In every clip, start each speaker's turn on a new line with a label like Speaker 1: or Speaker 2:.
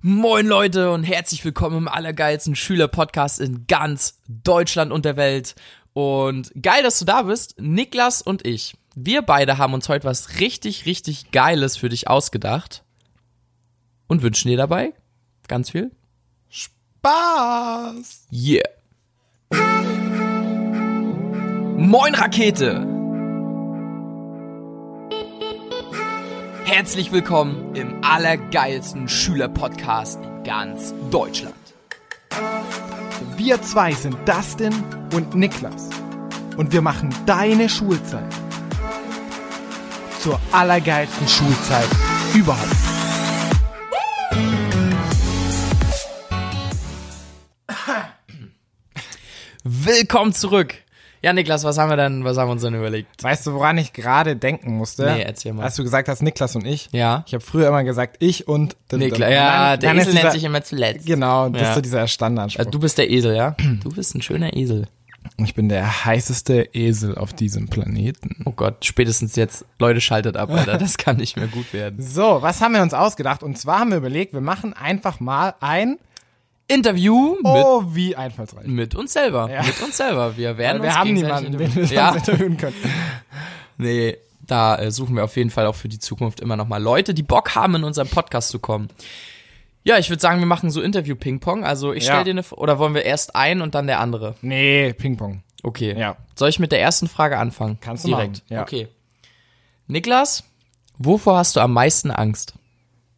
Speaker 1: Moin Leute und herzlich willkommen im allergeilsten Schüler-Podcast in ganz Deutschland und der Welt. Und geil, dass du da bist, Niklas und ich. Wir beide haben uns heute was richtig, richtig Geiles für dich ausgedacht und wünschen dir dabei ganz viel
Speaker 2: Spaß!
Speaker 1: Yeah. Moin Rakete! Herzlich willkommen im allergeilsten Schüler-Podcast in ganz Deutschland.
Speaker 2: Wir zwei sind Dustin und Niklas. Und wir machen deine Schulzeit zur allergeilsten Schulzeit überhaupt.
Speaker 1: Willkommen zurück! Ja, Niklas, was haben wir denn, was haben wir uns denn überlegt?
Speaker 2: Weißt du, woran ich gerade denken musste?
Speaker 1: Nee, erzähl mal.
Speaker 2: Als du gesagt hast, Niklas und ich.
Speaker 1: Ja.
Speaker 2: Ich habe früher immer gesagt, ich und...
Speaker 1: Niklas, ja,
Speaker 2: Dann-
Speaker 1: der
Speaker 2: dann ist
Speaker 1: Esel nennt
Speaker 2: dieser-
Speaker 1: sich immer zuletzt.
Speaker 2: Genau, das
Speaker 1: Ja.
Speaker 2: ist so dieser Standardspruch.
Speaker 1: Also du bist der Esel, ja? Du bist ein schöner Esel.
Speaker 2: ich bin der heißeste Esel auf diesem Planeten.
Speaker 1: Oh Gott, spätestens jetzt, Leute, schaltet ab, Alter, das kann nicht mehr gut werden.
Speaker 2: So, was haben wir uns ausgedacht? Und zwar haben wir überlegt, wir machen einfach mal ein...
Speaker 1: Interview mit
Speaker 2: Oh, wie einfallsreich.
Speaker 1: Mit uns selber.
Speaker 2: Ja.
Speaker 1: Mit uns selber. Wir werden
Speaker 2: Also Wir
Speaker 1: uns
Speaker 2: haben
Speaker 1: gegenseitig
Speaker 2: niemanden, den wir
Speaker 1: interviewen.
Speaker 2: sonst
Speaker 1: Ja,
Speaker 2: interviewen können.
Speaker 1: nee. Da äh, suchen wir auf jeden Fall auch für die Zukunft immer nochmal Leute, die Bock haben, in unseren Podcast zu kommen. Ja, ich würde sagen, wir machen so Interview-Ping-Pong. Also ich
Speaker 2: Ja.
Speaker 1: stell dir eine... F- Oder wollen wir erst einen und dann der andere?
Speaker 2: Nee, Ping-Pong.
Speaker 1: Okay.
Speaker 2: Ja.
Speaker 1: Soll ich mit der ersten Frage anfangen?
Speaker 2: Kannst du
Speaker 1: Direkt.
Speaker 2: machen, ja.
Speaker 1: Okay. Niklas, wovor hast du am meisten Angst?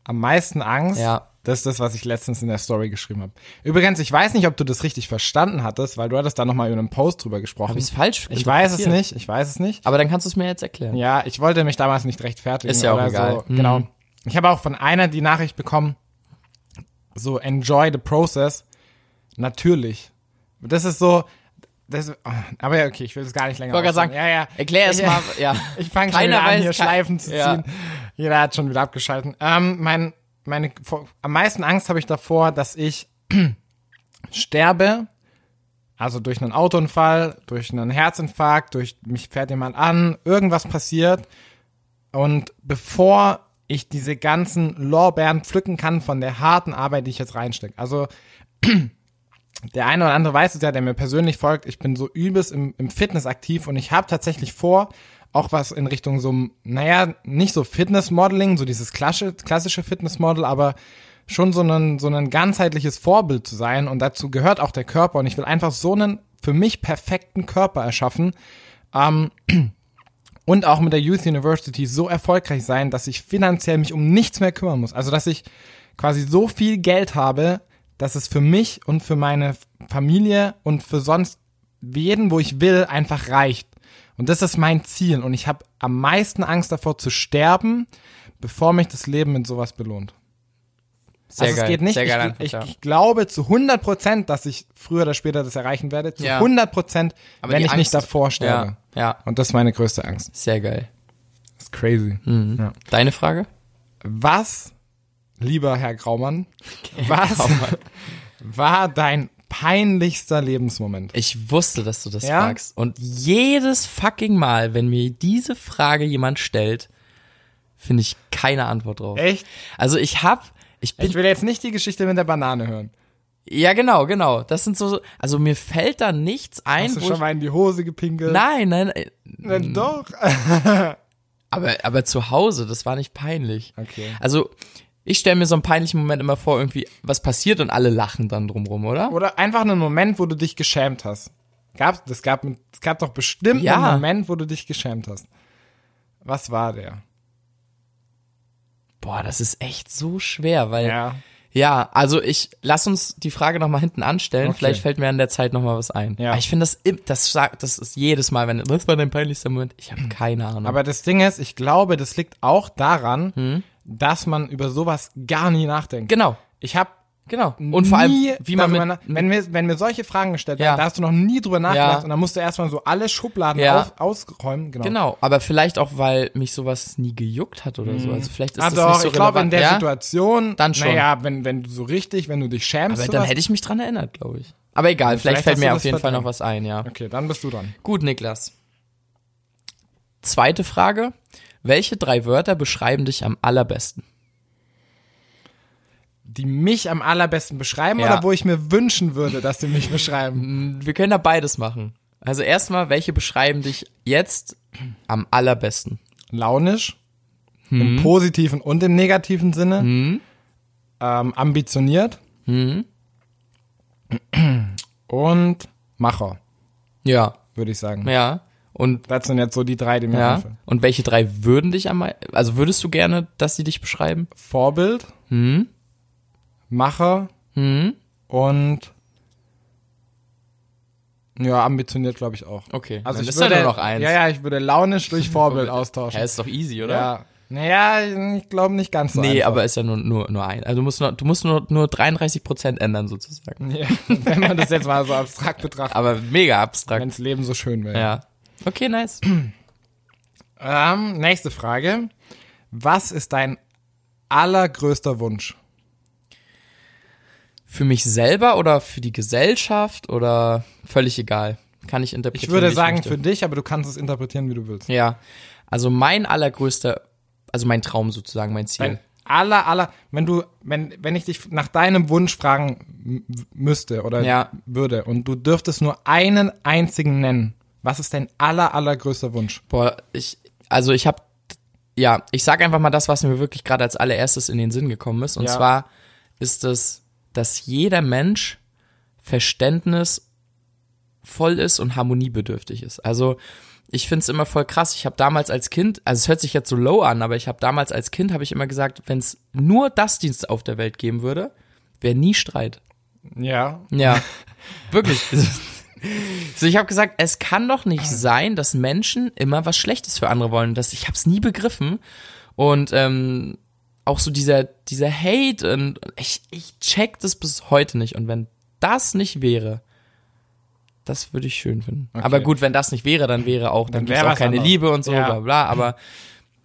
Speaker 2: Am meisten Angst,
Speaker 1: Ja.
Speaker 2: das ist das, was ich letztens in der Story geschrieben habe. Übrigens, ich weiß nicht, ob du das richtig verstanden hattest, weil du hattest da nochmal über einen Post drüber gesprochen.
Speaker 1: Habe ich falsch
Speaker 2: Ich weiß es
Speaker 1: interpretiert?
Speaker 2: nicht, ich weiß es nicht.
Speaker 1: Aber dann kannst du es mir jetzt erklären.
Speaker 2: Ja, ich wollte mich damals nicht rechtfertigen.
Speaker 1: Ist ja auch
Speaker 2: oder
Speaker 1: egal. Mhm.
Speaker 2: So. Genau. Ich habe auch von einer die Nachricht bekommen, so enjoy the process. Natürlich. Das ist so, das, ah, aber ja, okay, ich will es gar nicht länger
Speaker 1: Ich wollte gerade sagen,
Speaker 2: ausführen. ja, ja.
Speaker 1: erklär es
Speaker 2: Ich-
Speaker 1: mal, ja.
Speaker 2: Ich fange schon
Speaker 1: Keiner
Speaker 2: wieder an,
Speaker 1: weiß-
Speaker 2: hier
Speaker 1: kein-
Speaker 2: Schleifen zu ziehen.
Speaker 1: ja.
Speaker 2: Jeder hat schon wieder abgeschalten. Ähm, mein, meine, vor, am meisten Angst habe ich davor, dass ich sterbe, also durch einen Autounfall, durch einen Herzinfarkt, durch mich fährt jemand an, irgendwas passiert. Und bevor ich diese ganzen Lorbeeren pflücken kann von der harten Arbeit, die ich jetzt reinstecke. Also der eine oder andere weiß es ja, der mir persönlich folgt, ich bin so übelst im, im Fitness aktiv und ich habe tatsächlich vor, auch was in Richtung so, einem, naja, nicht so Fitnessmodeling, so dieses klassische, klassische Fitnessmodel, aber schon so ein, so ein ganzheitliches Vorbild zu sein und dazu gehört auch der Körper und ich will einfach so einen für mich perfekten Körper erschaffen, und auch mit der Youth University so erfolgreich sein, dass ich finanziell mich um nichts mehr kümmern muss. Also, dass ich quasi so viel Geld habe, dass es für mich und für meine Familie und für sonst jeden, wo ich will, einfach reicht. Und das ist mein Ziel. Und ich habe am meisten Angst davor zu sterben, bevor mich das Leben mit sowas belohnt.
Speaker 1: Sehr
Speaker 2: also
Speaker 1: geil.
Speaker 2: es geht nicht.
Speaker 1: Sehr geil
Speaker 2: ich,
Speaker 1: Antwort,
Speaker 2: ich,
Speaker 1: ja.
Speaker 2: ich glaube zu 100 Prozent, dass ich früher oder später das erreichen werde. Zu
Speaker 1: Ja.
Speaker 2: 100 Prozent,
Speaker 1: Aber
Speaker 2: wenn
Speaker 1: die
Speaker 2: ich nicht
Speaker 1: Angst-
Speaker 2: davor sterbe.
Speaker 1: Ja, ja.
Speaker 2: Und das ist meine größte Angst.
Speaker 1: Sehr geil.
Speaker 2: Das ist crazy. Ja.
Speaker 1: Deine Frage?
Speaker 2: Was, lieber Herr Graumann, was war dein peinlichster Lebensmoment?
Speaker 1: Ich wusste, dass du das
Speaker 2: Ja?
Speaker 1: fragst. Und jedes fucking Mal, wenn mir diese Frage jemand stellt, finde ich keine Antwort drauf.
Speaker 2: Echt?
Speaker 1: Also ich hab, ich bin,
Speaker 2: Ich will jetzt nicht die Geschichte mit der Banane hören.
Speaker 1: ja genau, genau. Das sind so, also mir fällt da nichts ein,
Speaker 2: Hast du
Speaker 1: wo
Speaker 2: schon
Speaker 1: ich,
Speaker 2: mal in die Hose gepinkelt? Mhm.
Speaker 1: nein, nein, äh,
Speaker 2: Nein, doch.
Speaker 1: aber, aber zu Hause, das war nicht peinlich.
Speaker 2: Okay.
Speaker 1: Also ich stelle mir so einen peinlichen Moment immer vor, irgendwie was passiert und alle lachen dann drumrum, oder?
Speaker 2: Oder einfach einen Moment, wo du dich geschämt hast. Gab's, das gab, es gab doch bestimmt
Speaker 1: Ja.
Speaker 2: einen Moment, wo du dich geschämt hast. Was war der?
Speaker 1: Boah, das ist echt so schwer, weil
Speaker 2: Ja.
Speaker 1: Ja, also ich lass uns die Frage noch mal hinten anstellen.
Speaker 2: Okay.
Speaker 1: Vielleicht fällt mir an der Zeit noch mal was ein.
Speaker 2: Ja.
Speaker 1: Aber ich finde das im- das sagt das ist jedes Mal, wenn was war dein peinlichster Moment? Ich habe keine Ahnung.
Speaker 2: Aber das Ding ist, ich glaube, das liegt auch daran, dass man über sowas gar nie nachdenkt.
Speaker 1: genau,
Speaker 2: Ich habe
Speaker 1: genau. Und vor allem
Speaker 2: nie
Speaker 1: wie man
Speaker 2: darüber
Speaker 1: mit
Speaker 2: nach- wenn, wir, wenn mir solche Fragen gestellt werden,
Speaker 1: Ja.
Speaker 2: da hast du noch nie drüber nachgedacht
Speaker 1: Ja.
Speaker 2: und dann musst du erstmal so alle Schubladen
Speaker 1: Ja.
Speaker 2: auf, ausräumen. Genau.
Speaker 1: genau, aber vielleicht auch weil mich sowas nie gejuckt hat oder so. Also vielleicht ist
Speaker 2: Ah,
Speaker 1: das
Speaker 2: doch,
Speaker 1: nicht so
Speaker 2: ich glaube, in
Speaker 1: relevant.
Speaker 2: der
Speaker 1: ja?
Speaker 2: Situation,
Speaker 1: Dann schon.
Speaker 2: naja, wenn, wenn du so richtig, wenn du dich schämst,
Speaker 1: aber dann
Speaker 2: sowas-
Speaker 1: hätte ich mich dran erinnert, glaube ich. Aber egal, vielleicht,
Speaker 2: vielleicht
Speaker 1: fällt
Speaker 2: hast du
Speaker 1: mir auf
Speaker 2: das
Speaker 1: jeden Fall
Speaker 2: verdrängt.
Speaker 1: noch was ein, ja.
Speaker 2: okay, dann bist du dran.
Speaker 1: Gut, Niklas. Zweite Frage, welche drei Wörter beschreiben dich am allerbesten?
Speaker 2: die mich am allerbesten beschreiben
Speaker 1: Ja. Mhm.
Speaker 2: oder wo ich mir wünschen würde, dass sie mich beschreiben?
Speaker 1: Wir können da beides machen. Also erstmal, welche beschreiben dich jetzt am allerbesten?
Speaker 2: Launisch,
Speaker 1: Mhm.
Speaker 2: im positiven und im negativen Sinne, ähm, ambitioniert
Speaker 1: Mhm.
Speaker 2: und Macher,
Speaker 1: Ja.
Speaker 2: würde ich sagen.
Speaker 1: Ja. Und
Speaker 2: Das sind jetzt so die drei, die mir
Speaker 1: ja.
Speaker 2: einfallen.
Speaker 1: Und welche drei würden dich am mei- also würdest du gerne, dass sie dich beschreiben?
Speaker 2: Vorbild,
Speaker 1: Hm?
Speaker 2: Macher und ja, ambitioniert glaube ich auch.
Speaker 1: Okay.
Speaker 2: Also
Speaker 1: Also
Speaker 2: ich
Speaker 1: ist
Speaker 2: würde,
Speaker 1: da nur noch eins.
Speaker 2: Ja, ja, ich würde launisch durch Vorbild
Speaker 1: ja
Speaker 2: austauschen.
Speaker 1: ist doch easy, oder?
Speaker 2: Ja. Naja, ich glaube nicht ganz so
Speaker 1: Nee,
Speaker 2: einfach.
Speaker 1: aber ist ja nur, nur, nur ein. Also du musst, nur, du musst nur, nur 33% ändern sozusagen.
Speaker 2: Ja, wenn man das jetzt mal so abstrakt betrachtet,
Speaker 1: Aber mega abstrakt.
Speaker 2: wenns Leben so schön wäre.
Speaker 1: Ja. Okay, nice.
Speaker 2: Ähm, nächste Frage. Was ist dein allergrößter Wunsch?
Speaker 1: Für mich selber oder für die Gesellschaft oder völlig egal. Kann ich interpretieren.
Speaker 2: Ich würde
Speaker 1: wie
Speaker 2: sagen
Speaker 1: möchte.
Speaker 2: für dich, aber du kannst es interpretieren, wie du willst.
Speaker 1: Ja. Also mein allergrößter, also mein Traum sozusagen, mein Ziel.
Speaker 2: Dein aller, aller, wenn du, wenn, wenn ich dich nach deinem Wunsch fragen m- müsste oder
Speaker 1: Ja.
Speaker 2: würde und du dürftest nur einen einzigen nennen, was ist dein aller, allergrößter Wunsch?
Speaker 1: Boah, ich, also ich habe, ja, ich sag einfach mal das, was mir wirklich gerade als allererstes in den Sinn gekommen ist. Und
Speaker 2: Ja.
Speaker 1: zwar ist es, dass jeder Mensch Verständnis voll ist und harmoniebedürftig ist. Also ich find's immer voll krass. Ich habe damals als Kind, also es hört sich jetzt so low an, aber ich habe damals als Kind, habe ich immer gesagt, wenn's nur das Dienst auf der Welt geben würde, wäre nie Streit.
Speaker 2: Ja.
Speaker 1: Ja, wirklich. So, ich habe gesagt, es kann doch nicht sein, dass Menschen immer was Schlechtes für andere wollen. Das, ich habe es nie begriffen. Und ähm, auch so dieser, dieser Hate, und ich, ich check das bis heute nicht. Und wenn das nicht wäre, das würde ich schön finden. Aber gut, wenn das nicht wäre, dann wäre auch, dann,
Speaker 2: Dann
Speaker 1: gibt's
Speaker 2: wär
Speaker 1: auch
Speaker 2: was
Speaker 1: keine
Speaker 2: anderes.
Speaker 1: Liebe und so,
Speaker 2: Ja.
Speaker 1: bla bla. Aber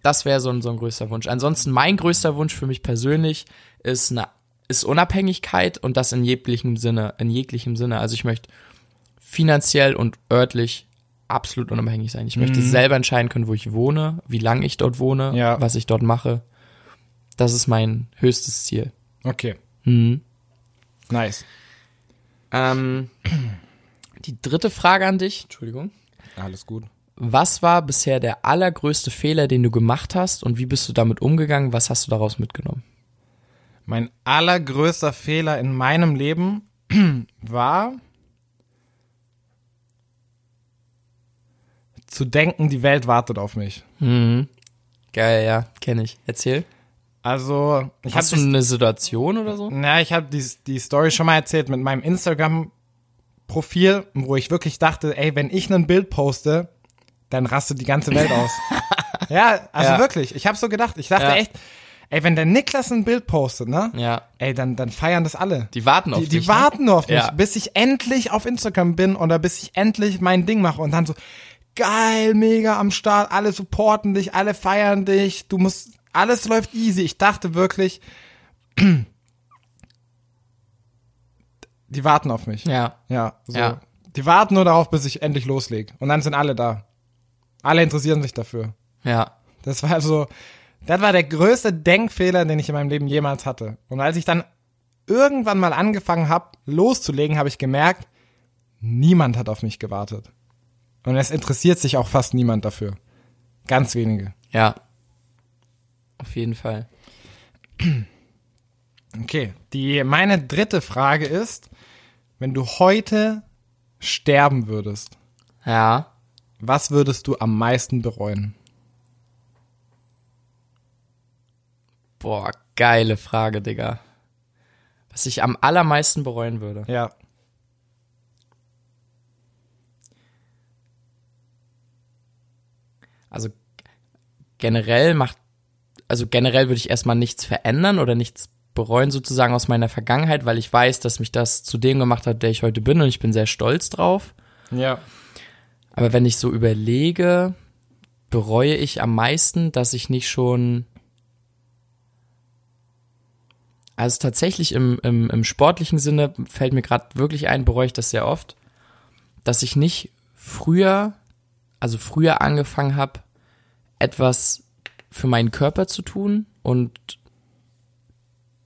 Speaker 1: das wäre so ein, so ein größter Wunsch. Ansonsten mein größter Wunsch für mich persönlich ist eine ist Unabhängigkeit und das in jeglichem Sinne, in jeglichem Sinne. Also ich möchte finanziell und örtlich absolut unabhängig sein. Ich möchte selber entscheiden können, wo ich wohne, wie lange ich dort wohne,
Speaker 2: Mhm. Ja.
Speaker 1: was ich dort mache. Das ist mein höchstes Ziel.
Speaker 2: Okay.
Speaker 1: Mhm.
Speaker 2: Nice.
Speaker 1: Ähm, die dritte Frage an dich, Entschuldigung.
Speaker 2: Alles gut.
Speaker 1: Was war bisher der allergrößte Fehler, den du gemacht hast und wie bist du damit umgegangen? Was hast du daraus mitgenommen?
Speaker 2: Mein allergrößter Fehler in meinem Leben war zu denken, die Welt wartet auf mich.
Speaker 1: Geil, ja, kenne ich. Erzähl.
Speaker 2: Also, ich
Speaker 1: Hast du
Speaker 2: habe
Speaker 1: eine Situation oder so?
Speaker 2: na, ich habe die, die Story schon mal erzählt mit meinem Instagram Profil, wo ich wirklich dachte, ey, wenn ich ein Bild poste, dann rastet die ganze Welt aus. ja, also
Speaker 1: Ja.
Speaker 2: wirklich, ich habe so gedacht, ich dachte
Speaker 1: Ja.
Speaker 2: echt, ey, wenn der Niklas ein Bild postet, ne?
Speaker 1: Ja.
Speaker 2: Ey, dann dann feiern das alle.
Speaker 1: Die warten auf
Speaker 2: die,
Speaker 1: dich. ne?
Speaker 2: Die warten nur auf mich,
Speaker 1: Ja.
Speaker 2: bis ich endlich auf Instagram bin oder bis ich endlich mein Ding mache und dann so, geil, mega am Start, alle supporten dich, alle feiern dich, du musst, alles läuft easy. Ich dachte wirklich, die warten auf mich.
Speaker 1: Ne? Ja.
Speaker 2: Ja, so.
Speaker 1: Ja.
Speaker 2: Die warten nur darauf, bis ich endlich loslege. Und dann sind alle da. Alle interessieren sich dafür.
Speaker 1: Ja.
Speaker 2: Das war so, das war der größte Denkfehler, den ich in meinem Leben jemals hatte. Und als ich dann irgendwann mal angefangen habe, loszulegen, habe ich gemerkt, niemand hat auf mich gewartet. Und es interessiert sich auch fast niemand dafür. Ganz wenige.
Speaker 1: Ja. Auf jeden Fall.
Speaker 2: Okay, die, meine dritte Frage ist, wenn du heute sterben würdest,
Speaker 1: Ja.
Speaker 2: was würdest du am meisten bereuen?
Speaker 1: Boah, geile Frage, Digga. Was ich am allermeisten bereuen würde.
Speaker 2: Ja.
Speaker 1: Also generell macht, also generell würde ich erstmal nichts verändern oder nichts bereuen sozusagen aus meiner Vergangenheit, weil ich weiß, dass mich das zu dem gemacht hat, der ich heute bin und ich bin sehr stolz drauf.
Speaker 2: Ja.
Speaker 1: Aber wenn ich so überlege, bereue ich am meisten, dass ich nicht schon. Also tatsächlich im, im, im sportlichen Sinne fällt mir gerade wirklich ein, bereue ich das sehr oft, dass ich nicht früher, also früher angefangen habe, etwas für meinen Körper zu tun und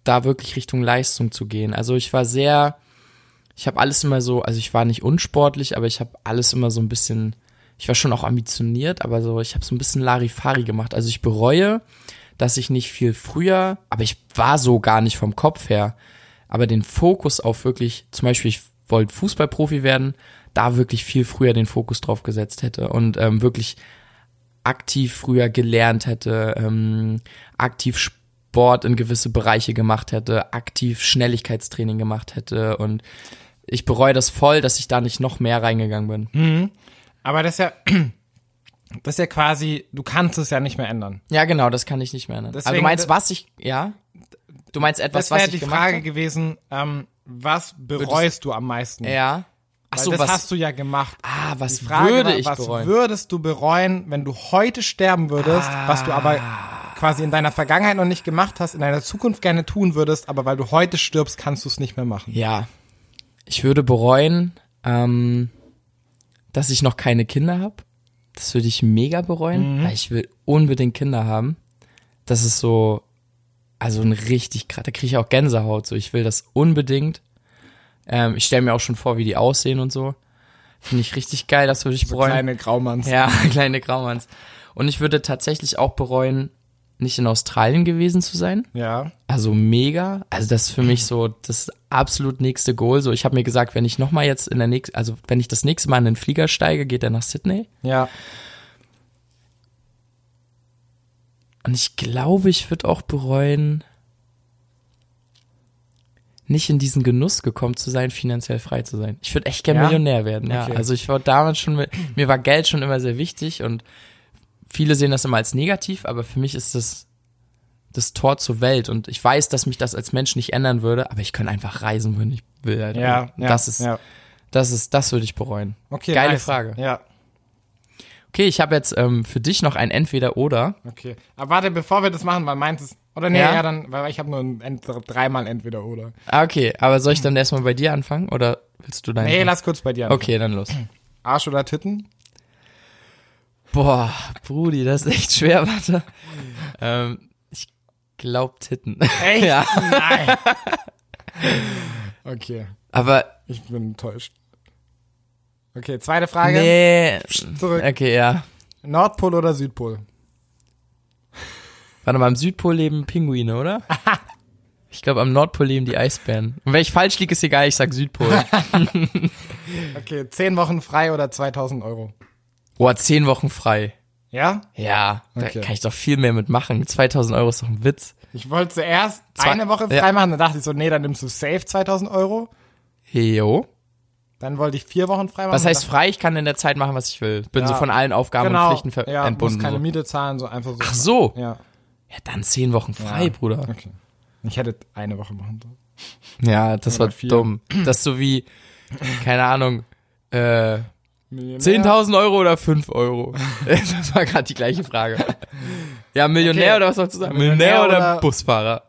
Speaker 1: da wirklich Richtung Leistung zu gehen. Also ich war sehr, ich habe alles immer so, also ich war nicht unsportlich, aber ich habe alles immer so ein bisschen, ich war schon auch ambitioniert, aber so, ich habe so ein bisschen Larifari gemacht. Also ich bereue, dass ich nicht viel früher, aber ich war so gar nicht vom Kopf her, aber den Fokus auf wirklich, zum Beispiel, ich wollte Fußballprofi werden, da wirklich viel früher den Fokus drauf gesetzt hätte und ähm, wirklich aktiv früher gelernt hätte, ähm, aktiv Sport in gewisse Bereiche gemacht hätte, aktiv Schnelligkeitstraining gemacht hätte und ich bereue das voll, dass ich da nicht noch mehr reingegangen bin.
Speaker 2: Hm. Aber das ist ja, das ist ja quasi, du kannst es ja nicht mehr ändern.
Speaker 1: Ja, genau, das kann ich nicht mehr ändern. Aber du
Speaker 2: Deswegen-
Speaker 1: meinst, was ich, ja? Du meinst etwas,
Speaker 2: Das
Speaker 1: was
Speaker 2: wäre
Speaker 1: ich
Speaker 2: die
Speaker 1: gemacht
Speaker 2: Frage
Speaker 1: habe?
Speaker 2: gewesen, ähm, was bereust du am meisten?
Speaker 1: Ja. Ach
Speaker 2: Weil
Speaker 1: so,
Speaker 2: das
Speaker 1: was,
Speaker 2: hast du ja gemacht.
Speaker 1: ah, was
Speaker 2: Frage
Speaker 1: würde
Speaker 2: war,
Speaker 1: ich
Speaker 2: was
Speaker 1: bereuen?
Speaker 2: würdest du bereuen, wenn du heute sterben würdest, was du aber
Speaker 1: Ah.
Speaker 2: quasi in deiner Vergangenheit noch nicht gemacht hast, in deiner Zukunft gerne tun würdest, aber weil du heute stirbst, kannst du es nicht mehr machen.
Speaker 1: ja. Ich würde bereuen, ähm, dass ich noch keine Kinder habe. Das würde ich mega
Speaker 2: Mhm.
Speaker 1: bereuen, weil ich will unbedingt Kinder haben. Das ist so, also ein richtig krass, da kriege ich auch Gänsehaut, so ich will das unbedingt. Ähm, ich stelle mir auch schon vor, wie die aussehen und so. Finde ich richtig geil, das würde ich
Speaker 2: So
Speaker 1: bereuen.
Speaker 2: kleine Graumanns.
Speaker 1: Ja, kleine Graumanns. Und ich würde tatsächlich auch bereuen, nicht in Australien gewesen zu sein.
Speaker 2: Ja.
Speaker 1: Also mega. Also das ist für mich so das absolut nächste Goal. So, ich habe mir gesagt, wenn ich nochmal jetzt in der nächsten, also wenn ich das nächste Mal in den Flieger steige, geht er nach Sydney.
Speaker 2: Ja.
Speaker 1: Und ich glaube, ich würde auch bereuen, nicht in diesen Genuss gekommen zu sein, finanziell frei zu sein. Ich würde echt gern
Speaker 2: Ja?
Speaker 1: Millionär werden. Ja.
Speaker 2: Okay.
Speaker 1: Also ich war damals schon, mir war Geld schon immer sehr wichtig und viele sehen das immer als negativ, aber für mich ist das das Tor zur Welt und ich weiß, dass mich das als Mensch nicht ändern würde, aber ich kann einfach reisen, wenn ich will. Alter.
Speaker 2: Ja. ja
Speaker 1: das ist,
Speaker 2: Ja.
Speaker 1: das ist, das würde ich bereuen.
Speaker 2: Okay,
Speaker 1: Geile
Speaker 2: nice.
Speaker 1: Frage.
Speaker 2: Ja.
Speaker 1: Okay, ich habe jetzt ähm, für dich noch ein Entweder-Oder.
Speaker 2: Okay. Aber warte, bevor wir das machen, weil meins ist. Oder nee,
Speaker 1: Ja.
Speaker 2: ja, dann, weil ich habe nur ein Ent dreimal entweder oder.
Speaker 1: Ah, okay, aber soll ich dann erstmal bei dir anfangen oder willst du deinen?
Speaker 2: Nee, lass kurz bei dir. anfangen.
Speaker 1: Okay, dann los.
Speaker 2: Arsch oder Titten?
Speaker 1: Boah, Brudi, das ist echt schwer, warte. Ähm, ich glaub Titten.
Speaker 2: Echt?
Speaker 1: Ja.
Speaker 2: Nein. okay.
Speaker 1: Aber,
Speaker 2: Ich bin enttäuscht. Okay, zweite Frage.
Speaker 1: nee. Äh.
Speaker 2: Zurück.
Speaker 1: Okay, ja.
Speaker 2: Nordpol oder Südpol?
Speaker 1: Warte mal, am Südpol leben Pinguine, oder? Ich glaube, am Nordpol leben die Eisbären. Und wenn ich falsch liege, ist egal, ich sag Südpol.
Speaker 2: Okay, 10 Wochen frei oder 2000 Euro?
Speaker 1: Boah, zehn Wochen frei.
Speaker 2: Ja?
Speaker 1: Ja, da
Speaker 2: Okay.
Speaker 1: kann ich doch viel mehr mitmachen. 2000 Euro ist doch ein Witz.
Speaker 2: Ich wollte zuerst
Speaker 1: Zwei-
Speaker 2: eine Woche frei
Speaker 1: ja.
Speaker 2: machen, dann dachte ich so, nee, dann nimmst du safe 2000 Euro.
Speaker 1: Jo.
Speaker 2: Dann wollte ich vier Wochen frei machen.
Speaker 1: Was heißt
Speaker 2: dann-
Speaker 1: frei? Ich kann in der Zeit machen, was ich will. Bin
Speaker 2: Ja.
Speaker 1: so von allen Aufgaben
Speaker 2: genau,
Speaker 1: und Pflichten ver-
Speaker 2: ja,
Speaker 1: entbunden.
Speaker 2: Musst keine
Speaker 1: so.
Speaker 2: Miete zahlen, so einfach so.
Speaker 1: Ach so.
Speaker 2: Ja.
Speaker 1: Ja, dann zehn Wochen frei,
Speaker 2: Ja.
Speaker 1: Bruder.
Speaker 2: Okay. Ich hätte eine Woche machen sollen.
Speaker 1: Ja, das war
Speaker 2: Oder vier.
Speaker 1: dumm. Das ist so wie, keine Ahnung, äh,
Speaker 2: Millionär.
Speaker 1: 10.000 Euro oder 5 Euro? Das war gerade die gleiche Frage. Ja, Millionär
Speaker 2: Okay.
Speaker 1: oder was sollst du sagen?
Speaker 2: Millionär
Speaker 1: Millionär oder,
Speaker 2: oder-
Speaker 1: Busfahrer?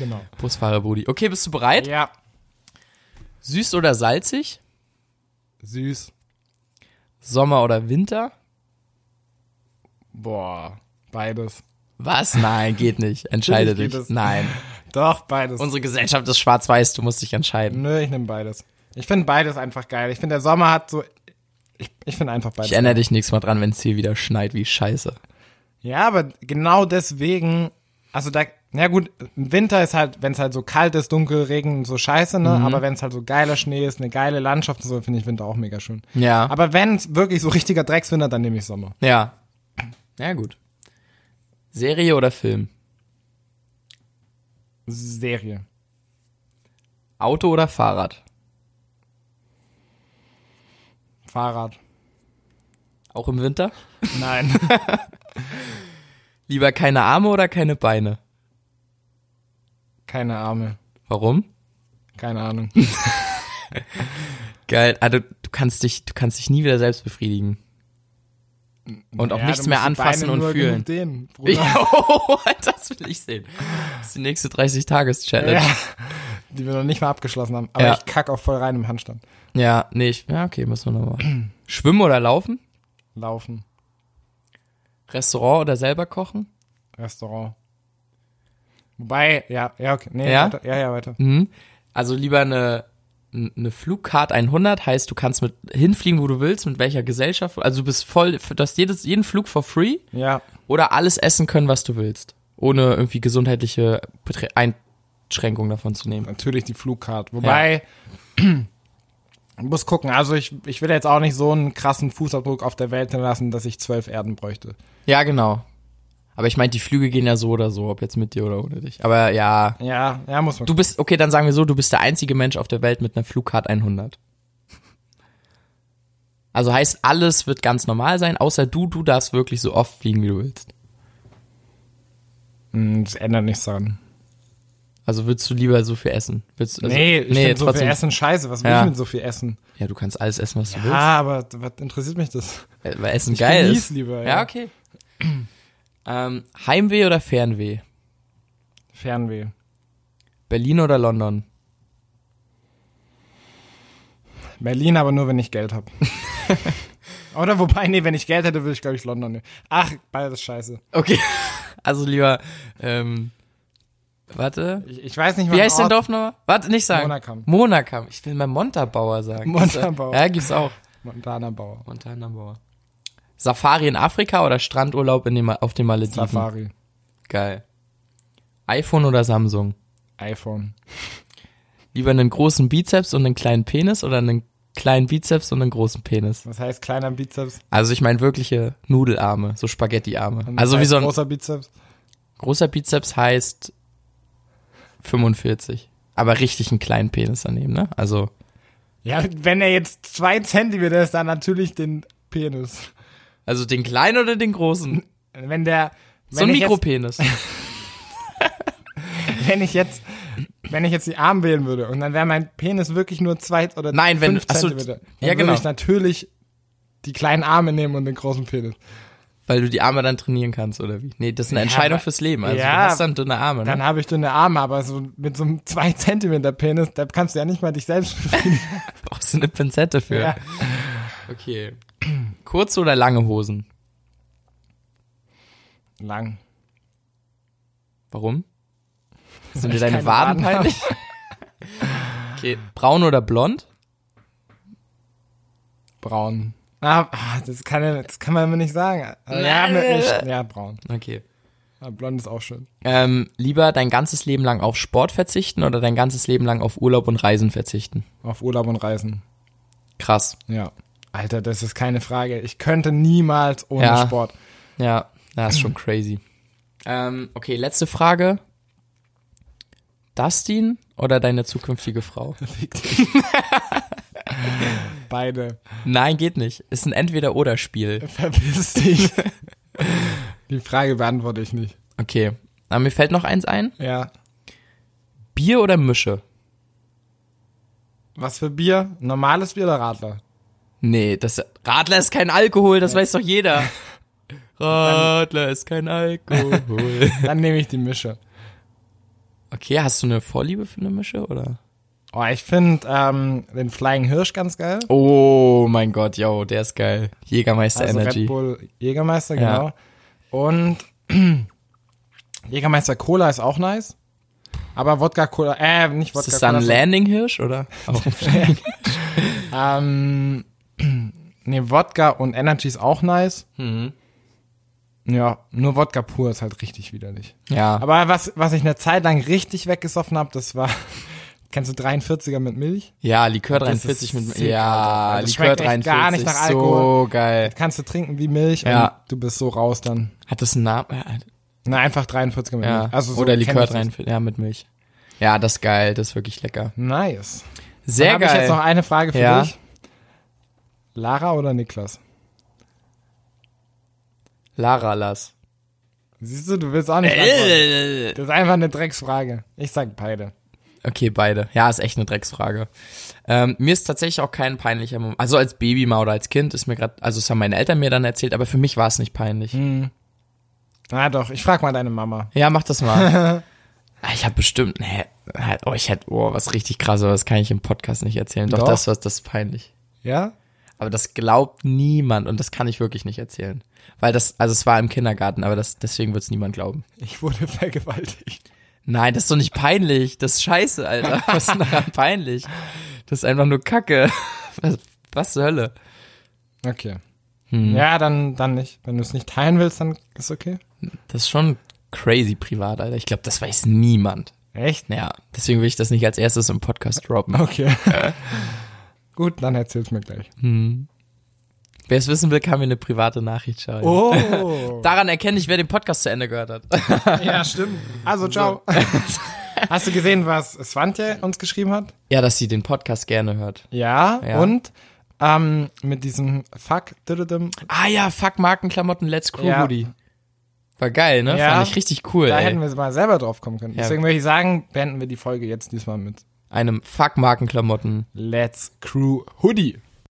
Speaker 2: Genau.
Speaker 1: Busfahrer, Brudi. Okay, bist du bereit?
Speaker 2: Ja.
Speaker 1: Süß oder salzig?
Speaker 2: Süß.
Speaker 1: Sommer oder Winter?
Speaker 2: Boah. Beides.
Speaker 1: Was? Nein, geht nicht. Entscheide
Speaker 2: Natürlich
Speaker 1: dich.
Speaker 2: geht es.
Speaker 1: Nein.
Speaker 2: Doch, beides.
Speaker 1: Unsere Gesellschaft ist schwarz-weiß, du musst dich entscheiden.
Speaker 2: Nö, ich nehme beides. Ich finde beides einfach geil. Ich finde, der Sommer hat so. Ich, ich finde einfach beides.
Speaker 1: Ich ändere dich nächstes Mal dran, wenn es hier wieder schneit, wie scheiße.
Speaker 2: Ja, aber genau deswegen, also da, na gut, im Winter ist halt, wenn es halt so kalt ist, dunkel, Regen und so scheiße,
Speaker 1: Mhm.
Speaker 2: ne? Aber wenn es halt so geiler Schnee ist, eine geile Landschaft und so, finde ich Winter auch mega schön.
Speaker 1: Ja.
Speaker 2: Aber wenn es wirklich so richtiger Dreckswinter, dann nehme ich Sommer.
Speaker 1: Ja. Ja, gut. Serie oder Film?
Speaker 2: Serie.
Speaker 1: Auto oder Fahrrad?
Speaker 2: Fahrrad.
Speaker 1: Auch im Winter?
Speaker 2: Nein.
Speaker 1: Lieber keine Arme oder keine Beine?
Speaker 2: Keine Arme.
Speaker 1: Warum?
Speaker 2: Keine Ahnung.
Speaker 1: Geil. Ah, du, du kannst dich, du kannst dich nie wieder selbst befriedigen. Und auch
Speaker 2: Ja,
Speaker 1: nichts
Speaker 2: du
Speaker 1: mehr
Speaker 2: musst die
Speaker 1: anfassen
Speaker 2: Beine
Speaker 1: und
Speaker 2: nur
Speaker 1: fühlen.
Speaker 2: genug Dehnen, Bruder.
Speaker 1: Ja, oh, das will ich sehen. Das ist die nächste 30-Tages-Challenge.
Speaker 2: Ja. Die wir noch nicht mal abgeschlossen haben. Aber
Speaker 1: Ja.
Speaker 2: ich kack auch voll rein im Handstand.
Speaker 1: Ja. nee, ich, ja, okay, müssen wir nochmal. Schwimmen oder laufen?
Speaker 2: Laufen.
Speaker 1: Restaurant oder selber kochen?
Speaker 2: Restaurant. Wobei, ja, ja, okay. Nee,
Speaker 1: Ja?
Speaker 2: Weiter, ja, Hm. ja, weiter.
Speaker 1: Also lieber eine, eine Flugcard 100 heißt, du kannst mit hinfliegen, wo du willst, mit welcher Gesellschaft. Also du bist voll, du hast jedes, jeden Flug for free
Speaker 2: Ja,
Speaker 1: oder alles essen können, was du willst. Ohne irgendwie gesundheitliche Betre Einschränkungen davon zu nehmen.
Speaker 2: natürlich die Flugcard. Wobei, muss gucken. Also ich, ich will jetzt auch nicht so einen krassen Fußabdruck auf der Welt hinterlassen, dass ich zwölf Erden bräuchte.
Speaker 1: Ja, genau. Aber ich meine, die Flüge gehen ja so oder so, ob jetzt mit dir oder ohne dich. Aber ja,
Speaker 2: Ja, ja, muss man.
Speaker 1: du bist, okay, dann sagen wir so, du bist der einzige Mensch auf der Welt mit einer Flugcard 100. Also heißt, alles wird ganz normal sein, außer du, du darfst wirklich so oft fliegen, wie du willst.
Speaker 2: Hm, Das ändert nichts daran.
Speaker 1: Also würdest du lieber so viel essen? Würdest, also,
Speaker 2: nee, ich finde so viel
Speaker 1: trotzdem-
Speaker 2: Essen scheiße. Was will
Speaker 1: Ja.
Speaker 2: ich mit so viel Essen?
Speaker 1: Ja, du kannst alles essen, was du willst.
Speaker 2: Ja, aber was interessiert mich das?
Speaker 1: Äh, Weil Essen geil
Speaker 2: genieß
Speaker 1: ist.
Speaker 2: lieber,
Speaker 1: ja.
Speaker 2: ja.
Speaker 1: okay. ähm, Heimweh oder Fernweh?
Speaker 2: Fernweh.
Speaker 1: Berlin oder London?
Speaker 2: Berlin, aber nur, wenn ich Geld habe. Oder wobei, nee, wenn ich Geld hätte, würde ich, glaube ich, London nehmen. Ach, beides scheiße.
Speaker 1: Okay. Also lieber, ähm, warte.
Speaker 2: Ich, ich weiß nicht,
Speaker 1: Wie
Speaker 2: wann
Speaker 1: heißt dein
Speaker 2: Ort-
Speaker 1: Dorf nochmal? Warte, nicht sagen.
Speaker 2: Monakamp.
Speaker 1: Monakamp. Ich will mal Montabauer sagen.
Speaker 2: Montabaur.
Speaker 1: Ja, gibt's auch.
Speaker 2: Montana
Speaker 1: Mhm.
Speaker 2: Bauer.
Speaker 1: Montanabauer. Safari in Afrika oder Strandurlaub in den, Ma- auf den Malediven?
Speaker 2: Safari.
Speaker 1: Geil. iPhone oder Samsung?
Speaker 2: iPhone.
Speaker 1: Lieber einen großen Bizeps und einen kleinen Penis oder einen kleinen Bizeps und einen großen Penis?
Speaker 2: Was heißt kleiner Bizeps?
Speaker 1: Also ich meine wirkliche Nudelarme, so Spaghettiarme.
Speaker 2: Und
Speaker 1: Also wie
Speaker 2: heißt
Speaker 1: so ein
Speaker 2: Großer Bizeps?
Speaker 1: großer Bizeps heißt 45. Aber richtig einen kleinen Penis daneben, ne? Also
Speaker 2: Ja, wenn er jetzt zwei Zentimeter ist, dann natürlich den Penis.
Speaker 1: also den kleinen oder den großen?
Speaker 2: Wenn der.
Speaker 1: So ein
Speaker 2: wenn ich jetzt-
Speaker 1: Mikropenis.
Speaker 2: wenn ich jetzt, wenn ich jetzt die Arme wählen würde und dann wäre mein Penis wirklich nur zwei oder
Speaker 1: Nein, wenn-
Speaker 2: fünf
Speaker 1: ach so,
Speaker 2: Zentimeter, dann
Speaker 1: ja,
Speaker 2: würde
Speaker 1: genau.
Speaker 2: ich natürlich die kleinen Arme nehmen und den großen Penis.
Speaker 1: Mhm. Weil du die Arme dann trainieren kannst, oder wie? Nee, das ist eine
Speaker 2: Ja,
Speaker 1: Entscheidung
Speaker 2: aber-
Speaker 1: fürs Leben. Also du
Speaker 2: Ja,
Speaker 1: hast dann dünne Arme, ne?
Speaker 2: Dann habe ich dünne Arme, aber so mit so einem zwei Zentimeter Penis, da kannst du ja nicht mal dich selbst bewegen.
Speaker 1: brauchst du eine Pinzette für.
Speaker 2: Ja.
Speaker 1: Okay. Kurze oder lange Hosen?
Speaker 2: Lang.
Speaker 1: Warum? Sind dir
Speaker 2: ich
Speaker 1: deine
Speaker 2: keine
Speaker 1: Waden
Speaker 2: Waden habe.
Speaker 1: peinlich? okay. Braun oder blond?
Speaker 2: Braun. Ah, ah, das kann, ja- das kann man mir nicht sagen. Also, ja,
Speaker 1: Nein.
Speaker 2: mit, mit, ja, braun.
Speaker 1: Okay.
Speaker 2: Ah, blond ist auch schön.
Speaker 1: Ähm, lieber dein ganzes Leben lang auf Sport verzichten oder dein ganzes Leben lang auf Urlaub und Reisen verzichten?
Speaker 2: Auf Urlaub und Reisen.
Speaker 1: Krass.
Speaker 2: Ja. Alter, das ist keine Frage. Ich könnte niemals ohne
Speaker 1: Ja.
Speaker 2: Sport.
Speaker 1: Ja, das ist schon crazy. Ähm, okay, letzte Frage. Dustin oder deine zukünftige Frau?
Speaker 2: Beide.
Speaker 1: Nein, geht nicht. Ist ein Entweder-Oder-Spiel.
Speaker 2: Verpiss dich. Die Frage beantworte ich nicht.
Speaker 1: Okay. Aber mir fällt noch eins ein.
Speaker 2: Ja.
Speaker 1: Bier oder Mische?
Speaker 2: Was für Bier? Normales Bier oder Radler?
Speaker 1: Nee, das Radler ist kein Alkohol, das weiß doch jeder. Radler ist kein Alkohol.
Speaker 2: Dann nehme ich die Mische.
Speaker 1: okay, hast du eine Vorliebe für eine Mische oder?
Speaker 2: Oh, ich finde ähm, den Flying Hirsch ganz geil.
Speaker 1: Oh mein Gott, yo, der ist geil. Jägermeister
Speaker 2: Also Red
Speaker 1: Energy.
Speaker 2: Bull Jägermeister,
Speaker 1: Ja.
Speaker 2: genau. Und Jägermeister Cola ist auch nice. Aber Wodka Cola, äh, nicht
Speaker 1: Ist
Speaker 2: Wodka
Speaker 1: das dann
Speaker 2: Cola.
Speaker 1: Landing Hirsch oder? Auch ein Flying-
Speaker 2: Ähm, nee, Wodka und Energy ist auch nice.
Speaker 1: Mhm.
Speaker 2: Ja, nur Wodka pur ist halt richtig widerlich.
Speaker 1: ja.
Speaker 2: Aber was, was ich eine Zeit lang richtig weggesoffen habe, das war, kennst du 43er mit Milch?
Speaker 1: Ja, Likör
Speaker 2: Das ist
Speaker 1: 43 mit
Speaker 2: sick,
Speaker 1: Ja,
Speaker 2: Alter. Das
Speaker 1: Likör
Speaker 2: schmeckt echt
Speaker 1: 43
Speaker 2: gar nicht nach
Speaker 1: so
Speaker 2: Alkohol.
Speaker 1: geil.
Speaker 2: Kannst du trinken wie Milch
Speaker 1: Ja.
Speaker 2: und du bist so raus dann.
Speaker 1: Hat das einen Namen? Ja,
Speaker 2: Na, einfach 43er mit
Speaker 1: Ja.
Speaker 2: Milch. Also so
Speaker 1: Oder
Speaker 2: kenn
Speaker 1: Likör
Speaker 2: ich das.
Speaker 1: 43, ja, mit Milch. Ja, das ist geil, das ist wirklich lecker.
Speaker 2: Nice.
Speaker 1: Sehr
Speaker 2: Dann habe
Speaker 1: geil.
Speaker 2: ich jetzt noch eine Frage für
Speaker 1: Ja.
Speaker 2: dich. Lara oder Niklas?
Speaker 1: Lara Lass.
Speaker 2: Siehst du, du willst auch nicht antworten.
Speaker 1: Äh.
Speaker 2: Das ist einfach eine Drecksfrage. Ich sag beide.
Speaker 1: Okay, beide. Ja, ist echt eine Drecksfrage. Ähm, mir ist tatsächlich auch kein peinlicher Moment. Also als Baby mal oder als Kind ist mir gerade, also es haben meine Eltern mir dann erzählt, aber für mich war es nicht peinlich.
Speaker 2: Mhm. Na doch, ich frag mal deine Mama.
Speaker 1: Ja, mach das mal. Ah, ich habe bestimmt, ne, oh, ich hätte, oh, was richtig krass, aber das kann ich im Podcast nicht erzählen. Doch,
Speaker 2: Doch.
Speaker 1: das was, das ist peinlich.
Speaker 2: Ja?
Speaker 1: Aber das glaubt niemand und das kann ich wirklich nicht erzählen. Weil das, also es war im Kindergarten, aber das, deswegen wird's niemand glauben.
Speaker 2: Ich wurde vergewaltigt.
Speaker 1: Nein, das ist doch nicht peinlich. Das ist scheiße, Alter. Was ist denn daran peinlich? Das ist einfach nur Kacke. Was, was zur Hölle?
Speaker 2: Okay.
Speaker 1: Hm.
Speaker 2: Ja, dann, dann nicht. Wenn du es nicht teilen willst, dann ist okay.
Speaker 1: Das ist schon crazy privat, Alter. Ich glaube, das weiß niemand.
Speaker 2: Echt?
Speaker 1: Ja, deswegen will ich das nicht als erstes im Podcast droppen.
Speaker 2: Okay. Gut, dann erzähl's mir gleich.
Speaker 1: Wer es wissen will, kann mir eine private Nachricht schreiben.
Speaker 2: Oh.
Speaker 1: Daran erkenne ich, wer den Podcast zu Ende gehört hat.
Speaker 2: ja, stimmt. Also, ciao. Hast du gesehen, was Swantje uns geschrieben hat?
Speaker 1: ja, dass sie den Podcast gerne hört.
Speaker 2: Ja.
Speaker 1: Ja.
Speaker 2: Und ähm, mit diesem Fuck. diddidum,
Speaker 1: Ah ja, fuck Markenklamotten, Let's Crew
Speaker 2: Ja.
Speaker 1: Hoodie. War geil, ne?
Speaker 2: Ja.
Speaker 1: Fand ich richtig cool,
Speaker 2: Da
Speaker 1: ey.
Speaker 2: hätten wir mal selber drauf kommen können.
Speaker 1: Ja.
Speaker 2: Deswegen würde ich sagen, beenden wir die Folge jetzt diesmal mit
Speaker 1: Einem fuck Markenklamotten.
Speaker 2: Let's Crew Hoodie.